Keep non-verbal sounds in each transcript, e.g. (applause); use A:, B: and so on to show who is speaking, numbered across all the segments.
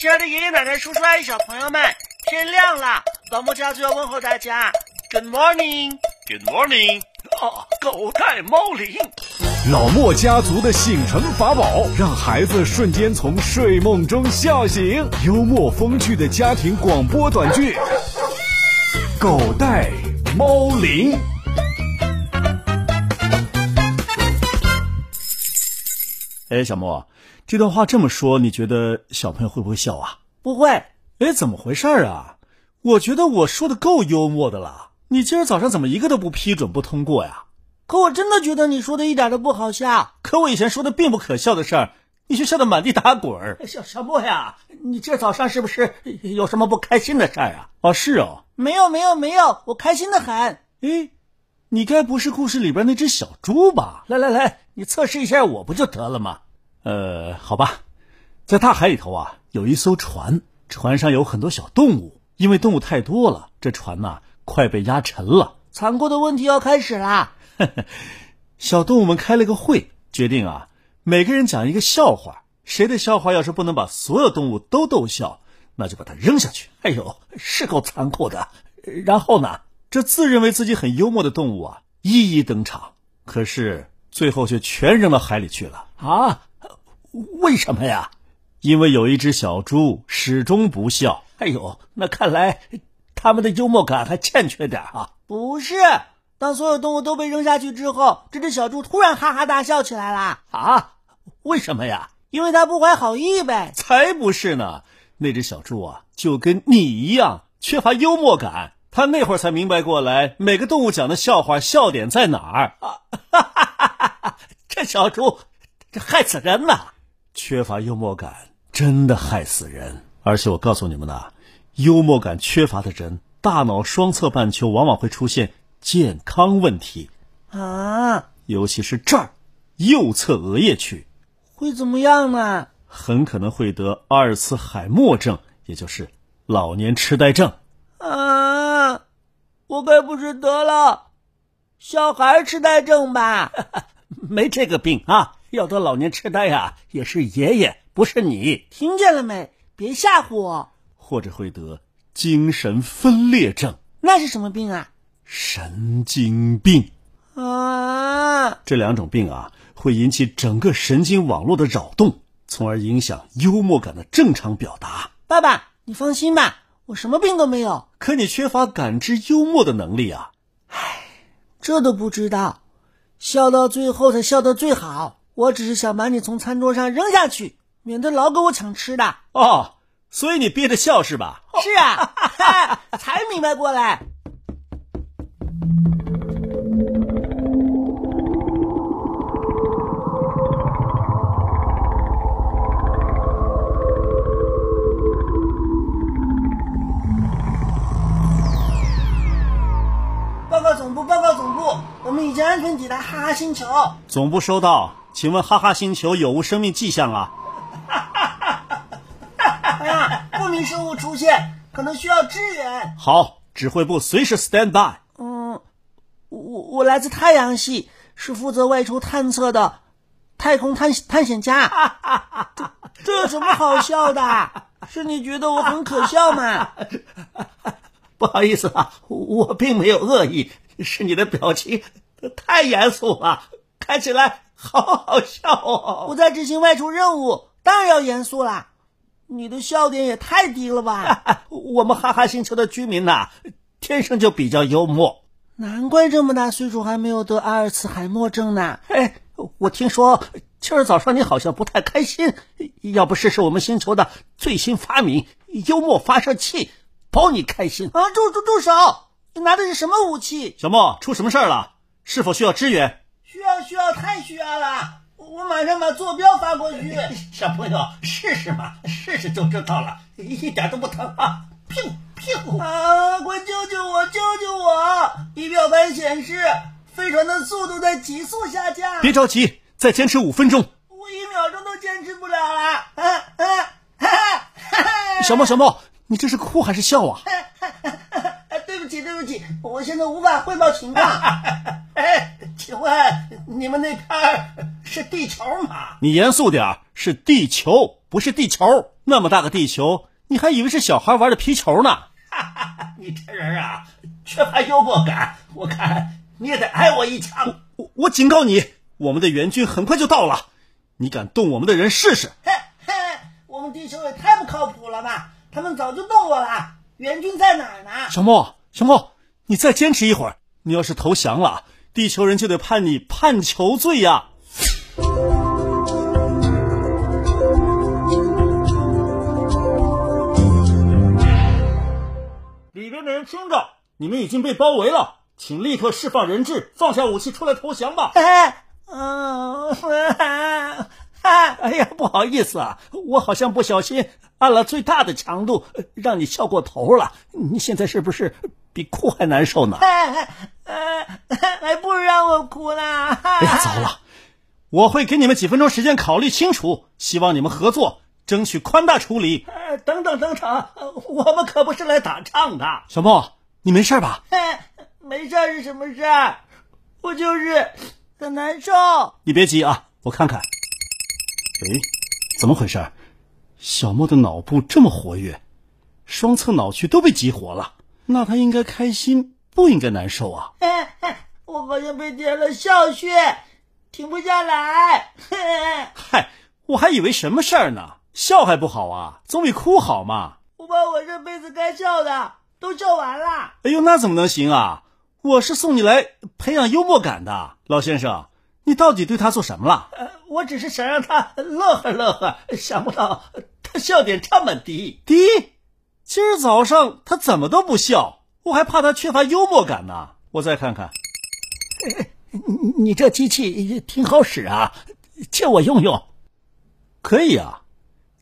A: 亲爱的爷爷奶奶、叔叔阿姨、小朋友们，天亮了，老莫家就要问候大家，Good morning。哦
B: Good morning！啊，狗带猫铃。
C: 老莫家族的醒神法宝，让孩子瞬间从睡梦中笑醒。幽默风趣的家庭广播短剧，《狗带猫铃》。哎，小莫，这段话这么说，你觉得小朋友会不会笑啊？
A: 不会，
C: 哎，怎么回事儿啊？我觉得我说的够幽默的了。你今儿早上怎么一个都不批准、不通过呀？
A: 可我真的觉得你说的一点都不好笑。
C: 可我以前说的并不可笑的事儿，你却笑得满地打滚儿。
A: 哎小小莫呀，你这早上是不是有什么不开心的事儿啊？
C: 哦，是哦，
A: 没有，没有，没有，我开心的很。
C: 哎，你该不是故事里边那只小猪吧？
A: 来来来，你测试一下我不就得了吗？
C: 呃，好吧，在大海里头啊，有一艘船，船上有很多小动物，因为动物太多了，这船呐、快被压沉了。
A: 残酷的问题要开始啦。
C: 小动物们开了个会，决定啊，每个人讲一个笑话。谁的笑话要是不能把所有动物都逗笑，那就把它扔下去。
A: 哎呦，是够残酷的。然后呢？
C: 这自认为自己很幽默的动物啊，一一登场，可是最后却全扔到海里去了。
A: 啊？为什么呀？
C: 因为有一只小猪始终不笑。
A: 哎呦，
C: 那看来他们的幽默感还欠缺点啊。
A: 不是，当所有动物都被扔下去之后，这只小猪突然哈哈大笑起来啦，
C: 啊？为什么呀？
A: 因为它不怀好意呗。
C: 才不是呢！那只小猪啊，就跟你一样缺乏幽默感。他那会儿才明白过来，每个动物讲的笑话笑点在哪儿。
A: 啊
C: (laughs)
A: 这小猪，这害死人了。
C: 缺乏幽默感真的害死人。而且我告诉你们呐，幽默感缺乏的人，大脑双侧半球往往会出现健康问题，
A: 啊，
C: 尤其是这儿右侧额叶区，
A: 会怎么样呢？
C: 很可能会得阿尔茨海默症，也就是老年痴呆症。
A: 啊，我该不是得了小孩痴呆症吧？
C: (laughs) 没这个病啊，要得老年痴呆呀、也是爷爷，不是你，
A: 听见了没？别吓唬我，
C: 或者会得精神分裂症、
A: 那是什么病啊？
C: 神经病。
A: 啊，
C: 这两种病啊，会引起整个神经网络的扰动，从而影响幽默感的正常表达。
A: 爸爸，你放心吧，我什么病都没有，
C: 可你缺乏感知幽默的能力啊！
A: 这都不知道，笑到最后才笑得最好。我只是想把你从餐桌上扔下去，免得老给我抢吃的。
C: 哦，所以你憋着笑是吧？
A: 是啊，哎才明白过来。报告总部，报告总部，我们已经安全抵达哈哈星球。
C: 总部收到，请问哈哈星球有无生命迹象啊？
A: 哎呀，不明生物出现，可能需要支援。
C: 好，指挥部随时 stand by。
A: 嗯，我我来自太阳系，是负责外出探测的太空探探险
C: (laughs)
A: 家。这这有什么好笑的？是你觉得我很可笑吗？
C: 不好意思啊，我并没有恶意，是你的表情太严肃了，看起来好好笑哦。
A: 我在执行外出任务，当然要严肃啦。你的笑点也太低了吧？
C: (laughs) 我们哈哈星球的居民呐、天生就比较幽默。
A: 难怪这么大岁数还没有得阿尔茨海默症呢。
C: 哎，我听说今儿早上你好像不太开心，要不试试我们星球的最新发明——幽默发射器，保你开心。
A: 啊！住住住手！你拿的是什么武器？
C: 小莫，出什么事儿了？是否需要支援？
A: 需要需要，太需要了！我我马上把坐标发过去。
C: (laughs) 小朋友，试试嘛，试试就知道了，一点都不疼啊！屁股屁股
A: 啊！快救救我！救救我！仪表盘显示飞船的速度在急速下降，
C: 别着急，再坚持五分钟。
A: 我一秒钟都坚持不了了。啊啊啊！
C: 小莫，小莫，你这是哭还是笑啊？
A: 啊对不起，对不起，我现在无法汇报情
C: (laughs)
A: 况。
B: 哎，请问你们那边儿是地球吗？
C: 你严肃点儿，是地球，不是地球。那么大个地球，你还以为是小孩玩的皮球呢？
D: (laughs)
E: 你这人啊，缺乏幽默感，我看你也得挨我一枪。
C: 我我警告你，我们的援军很快就到了，你敢动我们的人试试？
D: 嘿嘿，我们地球也太不靠谱了吧！他们早就动我了，援军在哪儿呢？
C: 小莫，小莫，你再坚持一会儿，你要是投降了，地球人就得判你叛囚罪呀、里边的人听着，你们已经被包围了，请立刻释放人质，放下武器出来投降吧！
D: 哎，嗯、啊啊
C: 哎呀，不好意思啊，我好像不小心按了最大的强度，呃让你笑过头了。你现在是不是比哭还难受呢？
D: 哎哎哎，还不如让我哭呢！哎
C: 哎呀，糟了！我会给你们几分钟时间考虑清楚，希望你们合作，争取宽大处理。
D: 哎
E: 呃，等等等等，呃我们可不是来打仗的。
C: 小莫，你没事吧？
D: 哎，没事儿是什么事儿？我就是很难受。
C: 你别急啊，我看看。诶，怎么回事儿？小莫的脑部这么活跃，双侧脑区都被激活了，那他应该开心，不应该难受啊。
D: 哎，哎我好像被点了笑穴，停不下
E: (laughs)
D: 来。嘿
C: 嗨，我还以为什么事儿呢？笑还不好啊，总比哭好嘛。
D: 我把我这辈子该笑的都笑完了。
C: 哎呦，那怎么能行啊？我是送你来培养幽默感的，老先生，你到底对他做什么了？
E: 呃，我只是想让他乐呵乐呵，想不到他笑点这么低。
C: 第一，今儿早上他怎么都不笑，我还怕他缺乏幽默感呢。我再看看，
E: 你你这机
C: 呃
E: 器挺好使啊，借我用用。
C: 可以啊。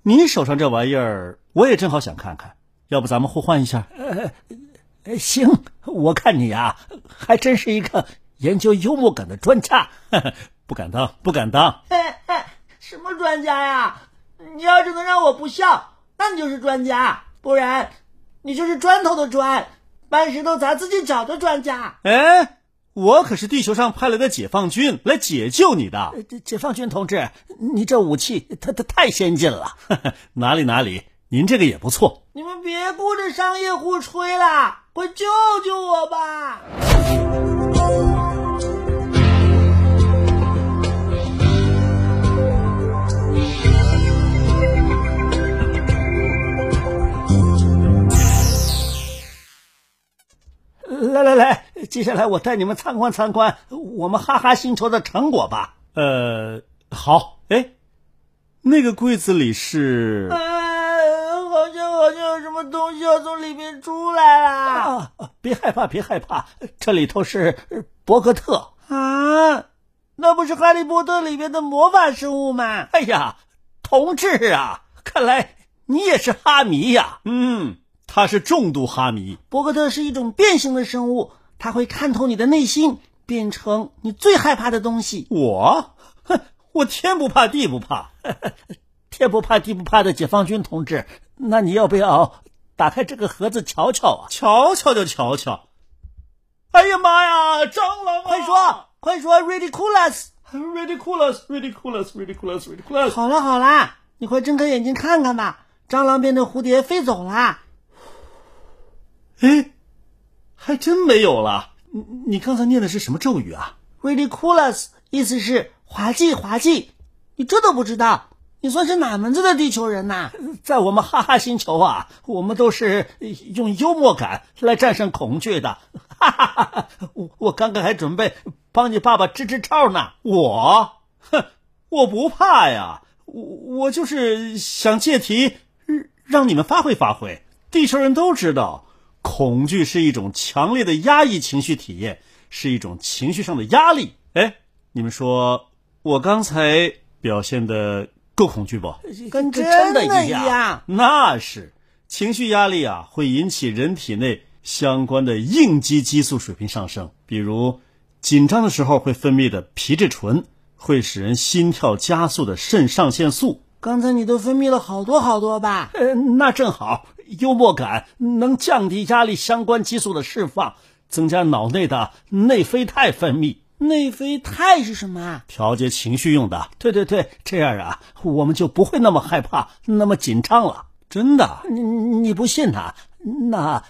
C: 你手上这玩意儿，我也正好想看看，要不咱们互换一下？
E: 呃行，我看你啊，还真是一个研究幽默感的专家。 (laughs)
C: 不敢当，不敢当。
D: 嘿嘿，哎什么专家呀？你要是能让我不笑，那你就是专家；不然，你就是砖头的砖，搬石头砸自己脚的专家。
C: 哎，我可是地球上派来的解放军来解救你的。
E: 呃解放军同志，你这武器它它太先进了。
C: (laughs) 哪里哪里，您这个也不错。
D: 你们别顾着商业互吹了，快救救我吧！
E: 来来来，接下来我带你们参观参观我们哈哈星球的成果吧。
C: 呃，好，哎，那个柜子里是
D: 哎，好像好像有什么东西要从里面出来啦！
E: 啊，别害怕，别害怕，这里头是呃博格特。
D: 啊，那不是《哈利波特》里面的魔法生物吗？
E: 哎呀，同志啊，看来你也是哈迷呀、
C: 嗯，他是重度哈迷。
D: 博格特是一种变形的生物，它会看透你的内心，变成你最害怕的东西。
C: 我，哼，我天不怕地不怕。
E: 天不怕地不怕的解放军同志，那你要不要打开这个盒子瞧瞧啊？
C: 瞧瞧就瞧瞧。哎呀妈呀，蟑螂、啊！
D: 快说，快说，ridiculous！
C: ，ridiculous，ridiculous，ridiculous，ridiculous。
D: 好了好了，你快睁开眼睛看看吧，蟑螂变成蝴蝶飞走啦。
C: 哎，还真没有了。你你刚才念的是什么咒语啊？
D: ridiculous 意思是滑稽滑稽，你这都不知道，你算是哪门子的地球人呐、
E: (laughs) 在我们哈哈星球啊，我们都是用幽默感来战胜恐惧的。哈哈哈哈！我我刚刚还准备帮你爸爸支支招呢。
C: 我，哼，我不怕呀，我我就是想借题呃让你们发挥发挥。地球人都知道，恐惧是一种强烈的压抑情绪体验，是一种情绪上的压力。哎，你们说我刚才表现的够恐惧不？
D: 跟
E: 真
D: 真
E: 的
D: 的
E: 一
D: 一
E: 样
D: 样。
C: 那是情绪压力啊，会引起人体内相关的应激激素水平上升，比如紧张的时候会分泌的皮质醇，会使人心跳加速的肾上腺素。
D: 刚才你都分泌了好多好多吧？
E: 呃，那正好，幽默感能降低压力相关激素的释放，增加脑内的内啡肽分泌。
C: 内啡肽是什么啊？
F: 调节情绪用的。对对对，这样啊，我们就不会那么害怕，那么紧张了。真的，你你不信呐、那，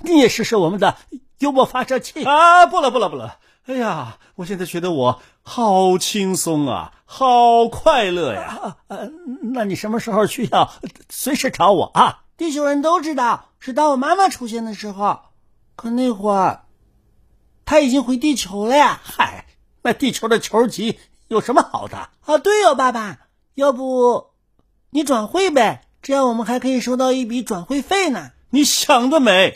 F: 你也试试我们的幽默发射器。
B: 啊，不了不了不了！哎呀，我现在觉得我好轻松啊，好快乐呀！
F: 呃，那你什么时候需要，随时找我啊。
C: 地球人都知道是当我妈妈出现的时候，可那会儿她已经回地球了呀。
F: 嗨，那地球的球级有什么好的？
C: 啊，对哦，爸爸，要不你转会呗？这样我们还可以收到一笔转会费呢。
B: 你想得美！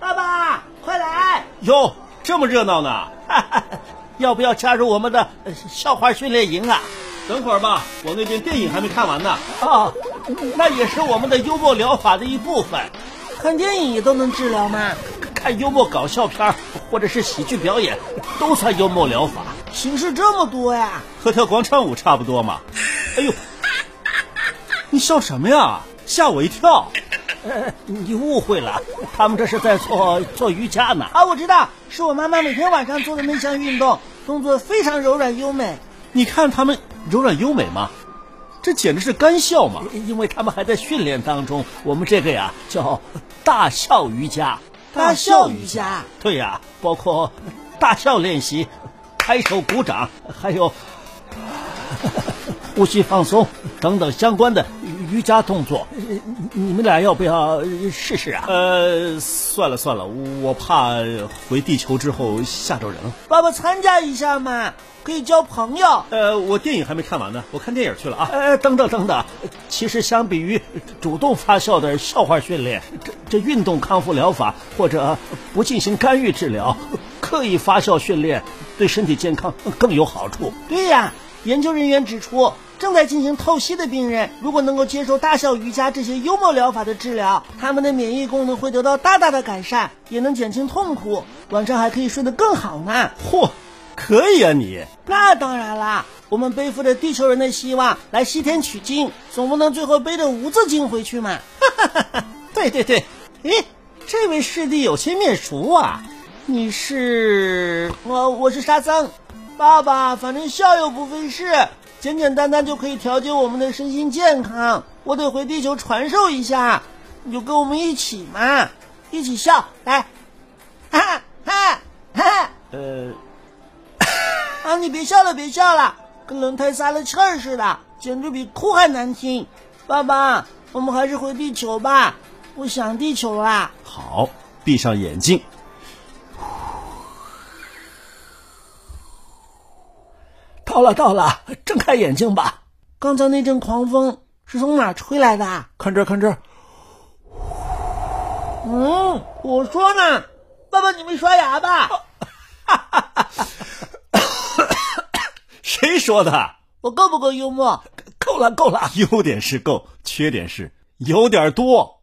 C: 爸爸，快来！
B: 哟，这么热闹
C: (laughs)
B: 呢？
F: 要不要加入我们的呃笑话训练营啊？
B: 等会儿吧，我那边电影还没看完呢。
F: 哦，那也是我们的幽默疗法的一部分。
C: 看电影也都能治疗吗？
F: 看幽默搞笑片儿或者是喜剧表演，都算幽默疗法。
C: 形式这么多呀！
B: 和跳广场舞差不多嘛。哎呦，你笑什么呀？吓我一跳！
F: (laughs) 你误会了，他们这是在做做瑜伽呢。
C: 啊，我知道，是我妈妈每天晚上做的那项运动，动作非常柔软优美。
B: 你看他们柔软优美吗？这简直是干笑嘛！
F: 因为他们还在训练当中，我们这个呀叫大笑瑜伽。
C: 大笑瑜伽，
F: 对呀、包括大笑练习、拍手鼓掌，还有呼吸放松等等相关的瑜伽动作。呃你们俩要不要试试啊？
B: 呃，算了算了，我怕回地球之后吓着人了。
C: 爸爸参加一下嘛，可以交朋友。
B: 呃，我电影还没看完呢，我看电影去了啊。
F: 呃，等等等等，其实相比于主动发酵的笑话训练，这这运动康复疗法或者不进行干预治疗，刻意发酵训练对身体健康更有好处。
C: 对呀，研究人员指出，正在进行透析的病人，如果能够接受大笑瑜伽这些幽默疗法的治疗，他们的免疫功能会得到大大的改善，也能减轻痛苦，晚上还可以睡得更好呢。
B: 嚯，可以啊你！
C: 那当然啦，我们背负着地球人的希望来西天取经，总不能最后背着无字经回去嘛。
F: 对对对，
C: 诶，
F: 这位师弟有些面熟啊，你是？
C: 我我是沙僧，爸爸，反正校友不费事，简简单单就可以调节我们的身心健康。我得回地球传授一下，你就跟我们一起嘛，一起笑来，哈哈哈！
F: 呃，
C: 啊，你别笑了，别笑了，跟轮胎撒了气儿似的，简直比哭还难听。爸爸，我们还是回地球吧，我想地球啦。
B: 好，闭上眼睛。
F: 到了到了，睁开眼睛吧。
C: 刚才那阵狂风是从哪儿吹来的啊？
B: 看这儿，看这儿，
C: 嗯，我说呢，爸爸你没刷牙吧？
B: 谁说的？
C: 我够不够幽默？
F: 够了够了，
B: 优点是够，缺点是有点多。